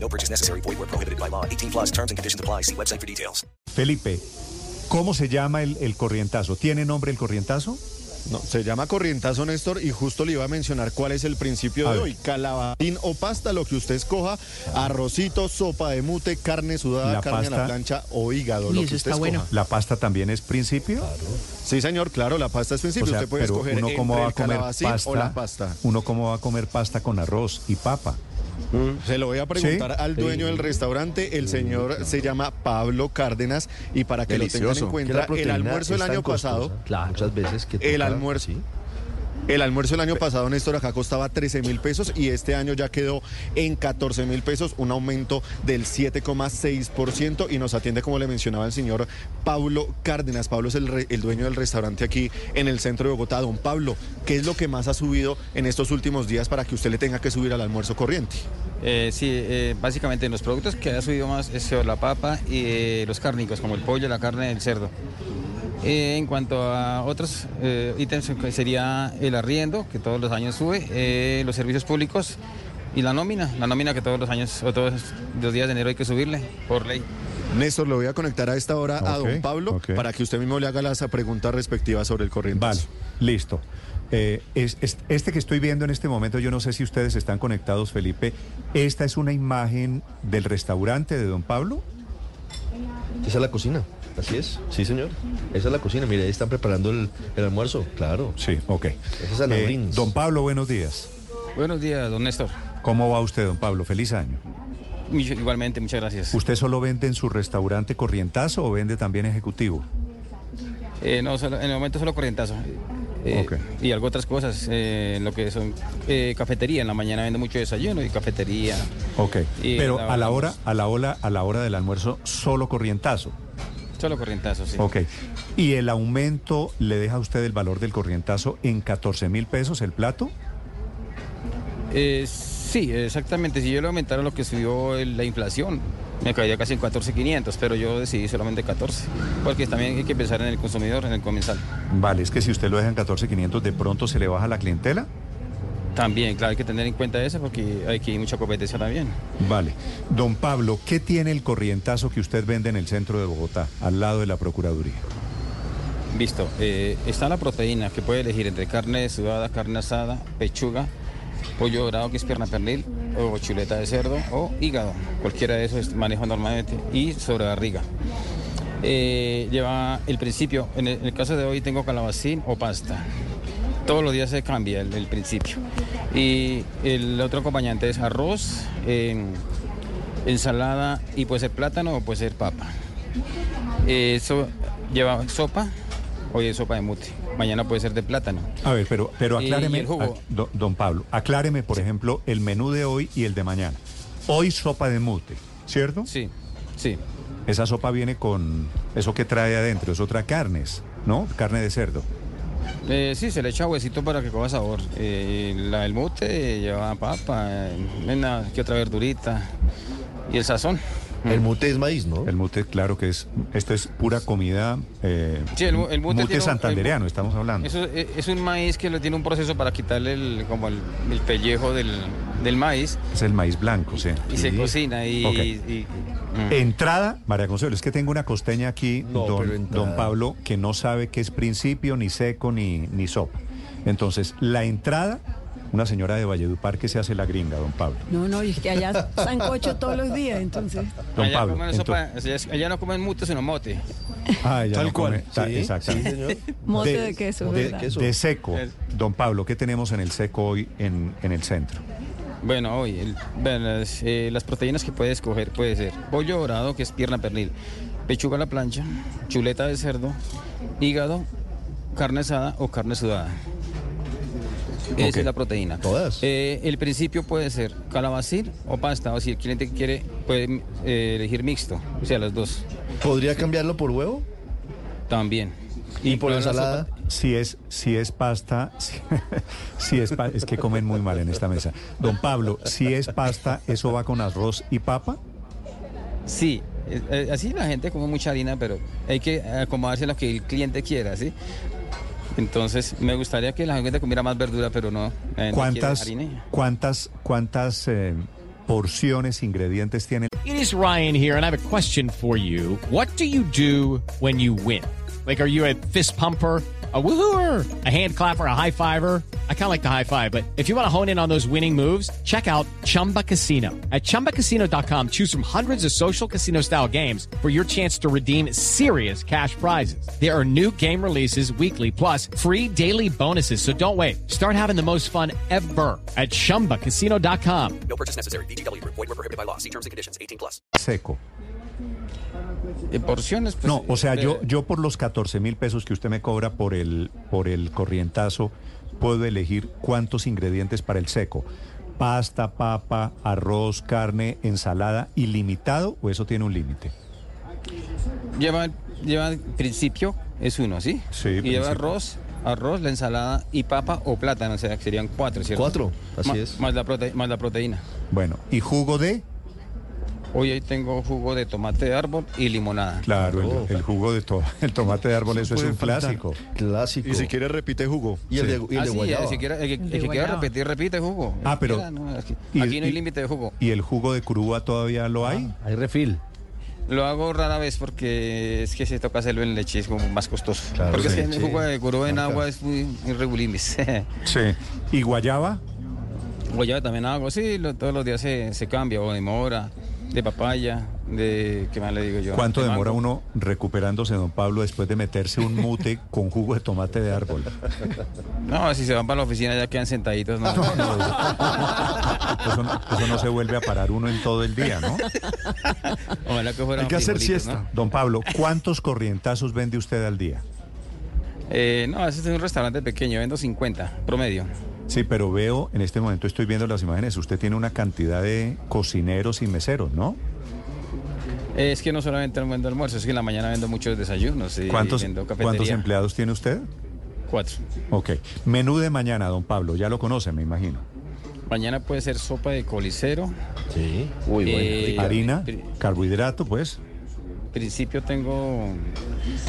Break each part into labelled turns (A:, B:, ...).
A: No purchase necessary. Void where prohibited by law. 18 plus terms and conditions apply. See website for details.
B: Felipe, ¿cómo se llama el, el corrientazo? ¿Tiene nombre el corrientazo?
C: No, se llama corrientazo, Néstor, y justo le iba a mencionar cuál es el principio
B: A
C: de
B: ver.
C: hoy. Calabacín o pasta, lo que usted escoja, arrocito, sopa de mute, carne sudada,
B: La
C: carne a la
B: pasta.
C: plancha o hígado,
D: Uy,
C: lo
D: eso
C: que usted
D: está
C: escoja.
D: bueno.
B: ¿La pasta también es principio?
C: Sí, señor, claro, la pasta
B: O
C: es principio.
B: sea,
C: usted puede
B: pero
C: escoger
B: uno cómo
C: entre
B: va a
C: el
B: comer
C: calabacín
B: pasta,
C: o la pasta.
B: uno cómo va a comer pasta con arroz y papa.
C: Se lo voy a preguntar al dueño del restaurante. El señor se llama Pablo Cárdenas y para que lo tengan
E: Delicioso.
C: en
E: Que la
C: cuenta, el
E: proteína
C: almuerzo del
E: es tan
C: año pasado,
E: costosa, Claro, muchas veces que
C: el
E: toca-
C: almuerzo.
E: sí.
C: El almuerzo el año pasado, Néstor, acá costaba 13 mil pesos y este año ya quedó en 14 mil pesos, un aumento del 7,6% y nos atiende, como le mencionaba el señor Pablo Cárdenas. Pablo es el, re- el dueño del restaurante aquí en el centro de Bogotá. Don Pablo, ¿qué es lo que más ha subido en estos últimos días para que usted le tenga que subir al almuerzo corriente?
F: Eh, sí, eh, básicamente en los productos que ha subido más es sobre la papa y eh, los cárnicos, como el pollo, la carne, el cerdo. Eh, en cuanto a otros eh, ítems, que sería el arriendo, que todos los años sube, eh, los servicios públicos y la nómina, la nómina que todos los años, o todos los días de enero hay que subirle por ley.
C: Néstor, lo voy a conectar a esta hora a
B: Ok,
C: don Pablo
B: ok.
C: para que usted mismo le haga las preguntas respectivas sobre el corriente.
B: Vale, listo. Eh, es- es- este que estoy viendo en este momento, yo no sé si ustedes están conectados, Felipe. ¿Esta es una imagen del restaurante de Don Pablo?
E: Esa es la cocina. Así es. Sí, señor. Esa es la cocina. Mire, ahí están preparando el, el almuerzo. Claro.
B: Sí, ok. Eh,
E: Ese es Alambrins.
B: don Pablo, buenos días.
F: Buenos días, don Néstor.
B: ¿Cómo va usted, Don Pablo? Feliz año.
F: Mucho- Igualmente, muchas gracias.
B: ¿Usted solo vende en su restaurante corrientazo o vende también ejecutivo?
F: Eh, no, solo- en el momento solo corrientazo. Eh,
B: Ok.
F: Y algo otras cosas, eh, lo que son eh, cafetería. En la mañana vendo mucho desayuno y cafetería.
B: Ok.
F: Y
B: Pero a la
F: trabajamos.
B: hora, a la hora, a la hora del almuerzo, solo corrientazo.
F: Solo corrientazo, sí.
B: Ok. ¿Y el aumento le deja a usted el valor del corrientazo en 14 mil pesos el plato?
F: Eh, sí, exactamente. Si yo le aumentara lo que subió el- la inflación, me caería casi en 14.500, pero yo decidí solamente 14, porque también hay que pensar en el consumidor, en el comensal.
B: Vale, es que si usted lo deja en 14,500, de pronto se le baja la clientela.
F: También, claro, hay que tener en cuenta eso, porque hay que mucha competencia también.
B: Vale. Don Pablo, ¿qué tiene el corrientazo que usted vende en el centro de Bogotá, al lado de la Procuraduría?
F: Listo. eh, está la proteína que puede elegir entre carne sudada, carne asada, pechuga, pollo dorado que es pierna pernil o chuleta de cerdo o hígado. Cualquiera de esos manejo normalmente y sobre barriga. Eh, lleva el principio, en el, en el caso de hoy tengo calabacín o pasta. Todos los días se cambia el, el principio. Y el otro acompañante es arroz, eh, ensalada y puede ser plátano o puede ser papa. Eh, Eso lleva sopa, hoy es sopa de mute, mañana puede ser de plátano.
B: A ver, pero, pero
F: Y- y
B: acláreme,
F: el jugo.
B: ac- do- don Pablo, acláreme, por ejemplo, el menú de hoy y el de mañana. Hoy sopa de mute, ¿cierto?
F: Sí, sí,
B: Esa sopa viene con eso que trae adentro, es otra carnes, ¿no? Carne de cerdo.
F: Eh, sí, se le echa huesito para que coja sabor. Eh, la del mute lleva papa, eh, una que otra verdurita y el sazón.
E: El mute es maíz, ¿no?
B: El mute, claro que es, esto es pura comida, eh,
F: Sí, el mu- el mute tiene un-
B: santandereano,
F: el mu-
B: estamos hablando.
F: Eso e, es, es un maíz que lo tiene un proceso para quitarle el, como el, el pellejo del, del maíz
B: Es el maíz blanco, sí.
F: y se cocina y...
B: Ok. Eh,
F: y- mm.
B: Entrada, María Consuelo, es que tengo una costeña aquí,
E: No, pero
B: don,
E: entrada.
B: don Pablo, que no sabe qué es principio, ni seco, ni, ni sopa. Entonces, la entrada, una señora de Valledupar que se hace la gringa, don Pablo.
D: No, no, y es que allá sancocho todos los días, entonces.
B: Don
F: allá,
B: Pablo.
F: comen
B: ento-
F: sopa- allá- allá no comen mute, sino mote.
B: Ah, ya
E: Tal
B: no
E: cual.
B: come- ta-
E: Sí,
B: exactamente.
E: sí, señor.
D: Mote de, queso,
E: de
D: ¿verdad?
E: queso.
B: De seco.
F: El-
B: Don Pablo, ¿qué tenemos en el seco hoy en, en el centro?
F: Bueno, hoy el- vean, las, eh, las proteínas que puede escoger puede ser pollo dorado, que es pierna pernil, pechuga a la plancha, chuleta de cerdo, hígado, carne asada o carne sudada. Esa
B: Ok.
F: es la proteína.
E: Todas.
F: Eh, el principio puede ser calabacín o pasta, o si el cliente quiere puede eh, elegir mixto, o sea, las dos.
E: ¿Podría cambiarlo por huevo?
F: También.
E: ¿Y por
F: para la
E: ensalada?
F: sopa-
B: Si es, si es pasta, si, si es, pa- es que comen muy mal en esta mesa. Don Pablo, si es pasta, ¿eso va con arroz y papa?
F: Sí, eh, eh, así la gente come mucha harina, pero hay que acomodarse a lo que el cliente quiera, ¿sí? Entonces, me gustaría que la gente comiera más verdura, pero no. eh, no quiere
B: ¿Cuántas,
F: harina.
B: cuántas, cuántas eh, porciones, ingredientes tiene
G: It is Ryan here, and I have a question for you. What do you do when you win? Like, are you a fist pumper? A woohooer, a hand clapper, a high fiver. I kind of like the high five, but if you want to hone in on those winning moves, check out Chumba Casino. At chumbacasino.com, choose from hundreds of social casino style games for your chance to redeem serious cash prizes. There are new game releases weekly, plus free daily bonuses. So don't wait. Start having the most fun ever at chumbacasino.com.
H: No purchase necessary. BGW. Void were prohibited by law. See terms and conditions. 18 plus.
B: seco.
F: Eh, porciones, pues,
B: No, o sea,
F: eh,
B: yo, yo por los 14 mil pesos que usted me cobra por el, por el corrientazo, puedo elegir cuántos ingredientes para el seco. Pasta, papa, arroz, carne, ensalada, ilimitado o eso tiene un límite.
F: Lleva, lleva principio, es uno, ¿sí?
B: Sí,
F: Y
B: principio.
F: lleva arroz, arroz, la ensalada y papa o plátano, o sea, que serían cuatro, ¿cierto?
E: Cuatro, así
F: Ma-
E: es.
F: Más la, prote- más la proteína.
B: Bueno, ¿y jugo de?
F: Hoy ahí tengo jugo de tomate de árbol y limonada.
B: Claro,
F: Oh.
B: el, el jugo de to- el tomate de árbol, eso es
C: puede
B: un
C: faltar.
B: clásico.
E: Clásico.
C: Y si quiere repite jugo.
E: Y el de, y el
F: Ah,
E: de
F: sí,
E: guayaba.
F: el, si quiera- el que- el
D: de
F: que quiera
D: guayaba.
F: repetir, repite jugo. El
B: Ah,
F: que
B: pero-
F: quiera, no, aquí,
B: y-
F: aquí no hay
B: y-
F: límite de jugo. Ah,
B: ¿Y el jugo de curuba todavía lo hay?
E: Hay refil.
F: Lo hago rara vez porque es que se toca hacerlo en leche, es como más costoso.
E: Claro,
F: porque
E: sí,
F: es que
E: sí.
F: el jugo de curú en
E: Marca.
F: agua es muy irregulímis.
B: Sí. ¿Y guayaba?
F: Guayaba también hago, sí, lo- todos los días se, se cambia, o de mora, de papaya, de... ¿qué más le digo yo?
B: ¿Cuánto
F: De
B: demora
F: mango.
B: uno recuperándose, don Pablo, después de meterse un mute con jugo de tomate de árbol?
F: No, si se van para la oficina ya quedan sentaditos, no.
B: Eso no, eso no se vuelve a parar uno en todo el día, ¿no?
F: Ojalá que fueran
C: Hay que hacer
F: frijolitos,
C: siesta.
F: ¿no?
B: Don Pablo, ¿cuántos corrientazos vende usted al día?
F: Eh, no, ese es un restaurante pequeño, vendo 50, promedio.
B: Sí, pero veo, en este momento estoy viendo las imágenes, usted tiene una cantidad de cocineros y meseros, ¿no?
F: Eh, es que no solamente vendo almuerzos, es que en la mañana vendo muchos desayunos. y
B: ¿Cuántos,
F: vendo cafetería.
B: ¿cuántos empleados tiene usted?
F: Cuatro.
B: Ok. Menú de mañana, don Pablo, ya lo conoce, me imagino.
F: Mañana puede ser sopa de colicero.
E: Sí. Uy, bueno.
F: Eh,
E: rica.
B: Harina,
F: pri-
B: carbohidrato, pues.
F: principio tengo.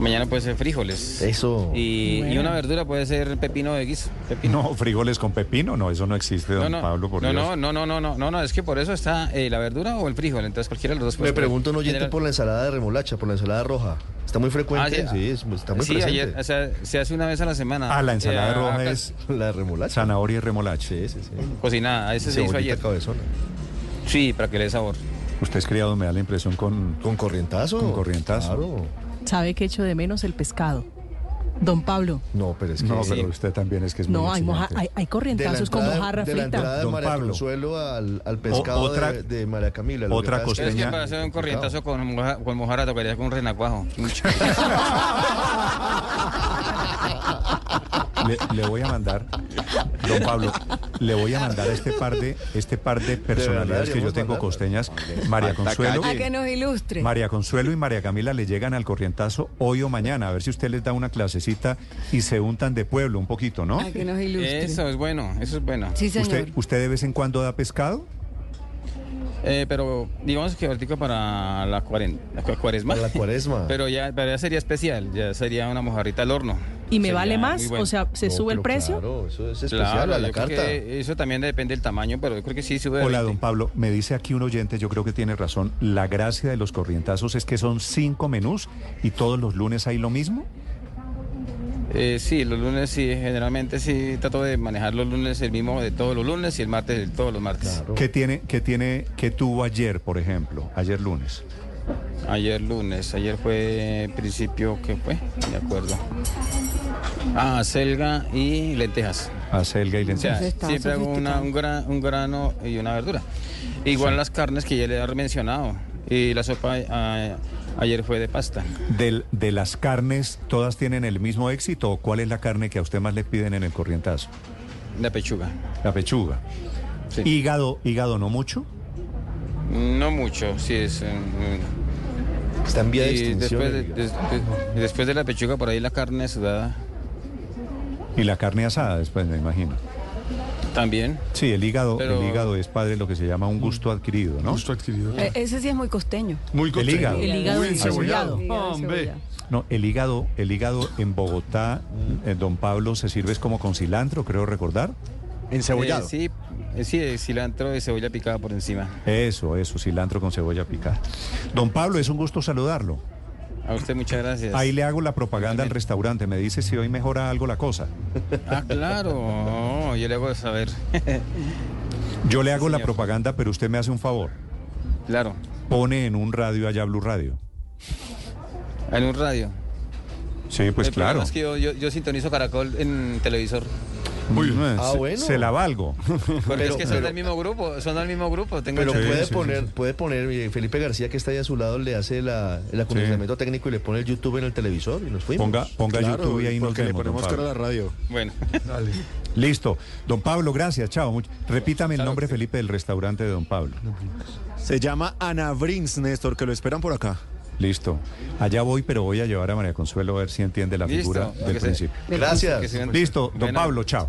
F: Mañana puede ser frijoles.
E: Eso.
F: Y, y
D: Bueno.
F: una verdura puede ser pepino de guiso. Pepino.
B: No, frijoles con pepino, no, eso no existe, don Pablo, por
F: no,
B: Dios.
F: no, no, no, no, no, no, no, es que por eso está eh, la verdura o el frijol, entonces cualquiera de los dos.
E: Me
F: puede-
E: pregunto un oyente
F: pues, general-
E: por la ensalada de remolacha, por la ensalada roja. Está muy frecuente.
F: Ah,
E: sí, es- está muy
F: sí,
E: presente.
F: ayer, o sea, se hace una vez a la semana.
B: Ah, la ensalada
F: Eh,
B: roja
F: acá-
B: es
E: La de remolacha.
B: zanahoria y remolacha.
E: Sí, sí, sí.
F: Cocinada, ese se hizo
E: Cebollita
F: ayer.
E: cabezona.
F: Sí, para que le dé sabor.
B: Usted es criado, me da la impresión, con...
E: ¿Con corrientazo?
B: Con corrientazo.
E: Claro.
D: ¿Sabe que echo de menos el pescado? Don Pablo.
E: No, pero es que...
B: No,
E: sí.
B: pero usted también es que es muy
D: No, hay, moja-
B: exigente.
D: hay, hay corrientazos con mojarra
E: de la entrada
D: frita.
E: de
B: Don
E: María
B: Pablo.
E: Consuelo al, al pescado
B: otra-
E: de, de María Camila. lo que
B: otra
E: pasa es que-
F: Es que
B: Peña.
F: para hacer un corrientazo con, moja- con mojarra tocaría con un renacuajo.
B: Le, le voy a mandar, don Pablo, le voy a mandar este par de, este par de personalidades que yo
E: deberíamos
B: tengo
E: mandar.
B: costeñas, María Consuelo.
D: A que nos ilustre.
B: María Consuelo y María Camila le llegan al corrientazo hoy o mañana, a ver si usted les da una clasecita y se untan de pueblo un poquito, ¿no?
D: A que nos ilustre.
F: eso es bueno, eso es bueno.
D: Sí, señor.
B: ¿Usted, ¿Usted de vez en cuando da pescado?
F: Eh, pero digamos que ahorita para la, cuaren- la cua- cuaresma.
E: Para la cuaresma.
F: Pero ya, pero ya sería especial, ya sería una mojarrita al horno.
D: ¿Y me
F: Sería
D: vale
F: muy
D: más?
F: bueno.
D: O sea, ¿se
E: No,
D: sube el
E: pero
D: precio?
E: Claro, eso es especial
F: Claro,
E: a la
F: yo creo
E: carta.
F: que eso también depende del tamaño, pero yo creo que sí sube. a
B: Hola,
F: 20.
B: don Pablo. Me dice aquí un oyente, yo creo que tiene razón. La gracia de los corrientazos es que son cinco menús y todos los lunes hay lo mismo.
F: Eh, sí, los lunes sí, generalmente sí trato de manejar los lunes el mismo de todos los lunes y el martes de todos los martes.
E: Claro.
B: ¿Qué tiene, qué tiene, qué tuvo ayer, por ejemplo? Ayer lunes.
F: Ayer lunes, ayer fue principio, ¿qué fue? De acuerdo. Ah, selga y lentejas.
B: Acelga y
F: O sea,
B: lentejas.
D: Eso está
F: siempre hago una- un, gra- un grano y una verdura. Igual las carnes que ya le he mencionado. Y la sopa ah, ayer fue de pasta.
B: Del- de las carnes, ¿todas tienen el mismo éxito? ¿O ¿Cuál es la carne que a usted más le piden en el corrientazo?
F: De pechuga.
B: La pechuga.
F: sí.
B: Hígado, hígado no mucho.
F: No mucho, sí es. mm, mm,
E: Está en vía de
F: eh, Y
E: extinción.
F: después de,
E: el hígado.
F: des- de- después de la pechuga, por ahí la carne sudada
B: Y la carne asada después, me imagino.
F: también.
B: Sí, el hígado,
F: Pero-
B: el hígado es padre de lo que se llama un gusto adquirido, ¿no?
I: Gusto adquirido.
D: E- ese sí es muy costeño.
I: Muy costeño.
B: hígado. El
D: hígado
I: Muy
D: encebollado.
I: encebollado.
D: El hígado
I: Hombre.
D: encebollado.
B: No, el hígado, el hígado en Bogotá, eh, don Pablo, se sirve es como con cilantro, creo recordar.
F: Eh, sí, eh, sí, eh, cilantro y cebolla picada por encima.
B: Eso, eso, cilantro con cebolla picada. Don Pablo, es un gusto saludarlo.
F: A usted muchas gracias.
B: Ahí le hago la propaganda al restaurante, me dice si hoy mejora algo la cosa.
F: Ah, claro. Oh, yo le hago saber.
B: Yo le hago la
F: señor.
B: propaganda, pero usted me hace un favor.
F: claro.
B: Pone en un radio allá Blue Radio.
F: En un radio.
B: Sí, pues
F: El problema
B: claro.
F: Es que yo, yo- yo sintonizo Caracol en televisor.
B: Muy bien.
E: Ah,
B: Se-
E: bueno.
B: Se la valgo.
F: Porque
E: Pero-
F: es que son del mismo grupo. Son del mismo grupo. Tengo
E: Pero
B: Sí,
E: puede,
B: sí,
E: poner,
B: sí, sí.
E: puede poner, eh, Felipe García que está ahí a su lado, le hace la- el acondicionamiento técnico y le pone el YouTube en el televisor y nos fuimos.
B: Ponga, ponga
C: Claro,
B: YouTube y ahí nos
C: porque le
B: vemos, don
C: ponemos cara a
B: Pablo.
C: la radio.
F: Bueno.
B: Listo. Don Pablo, gracias. Chao. Much- Repítame el nombre, Felipe, del restaurante de don Pablo.
C: Se llama Ana Brins, Néstor, que lo esperan por acá.
B: Listo. Allá voy, pero voy a llevar a María Consuelo a ver si entiende la
F: Listo,
B: figura
F: lo
B: del
F: que sea.
B: principio.
F: Que
E: Gracias.
F: sigan-
B: Listo, don
F: Bueno,
B: Pablo, chao.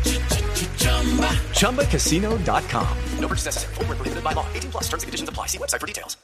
G: ChumbaCasino.com. No purchase necessary. Void where prohibited by law. 18 plus terms and conditions apply. See website for details.